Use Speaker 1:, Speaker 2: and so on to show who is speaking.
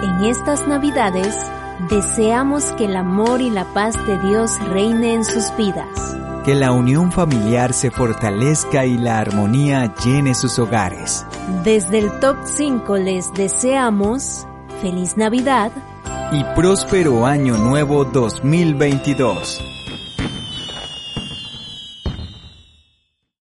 Speaker 1: En estas Navidades deseamos que el amor y la paz de Dios reine en sus vidas.
Speaker 2: Que la unión familiar se fortalezca y la armonía llene sus hogares.
Speaker 1: Desde el Top 5 les deseamos feliz Navidad
Speaker 2: y próspero año nuevo 2022.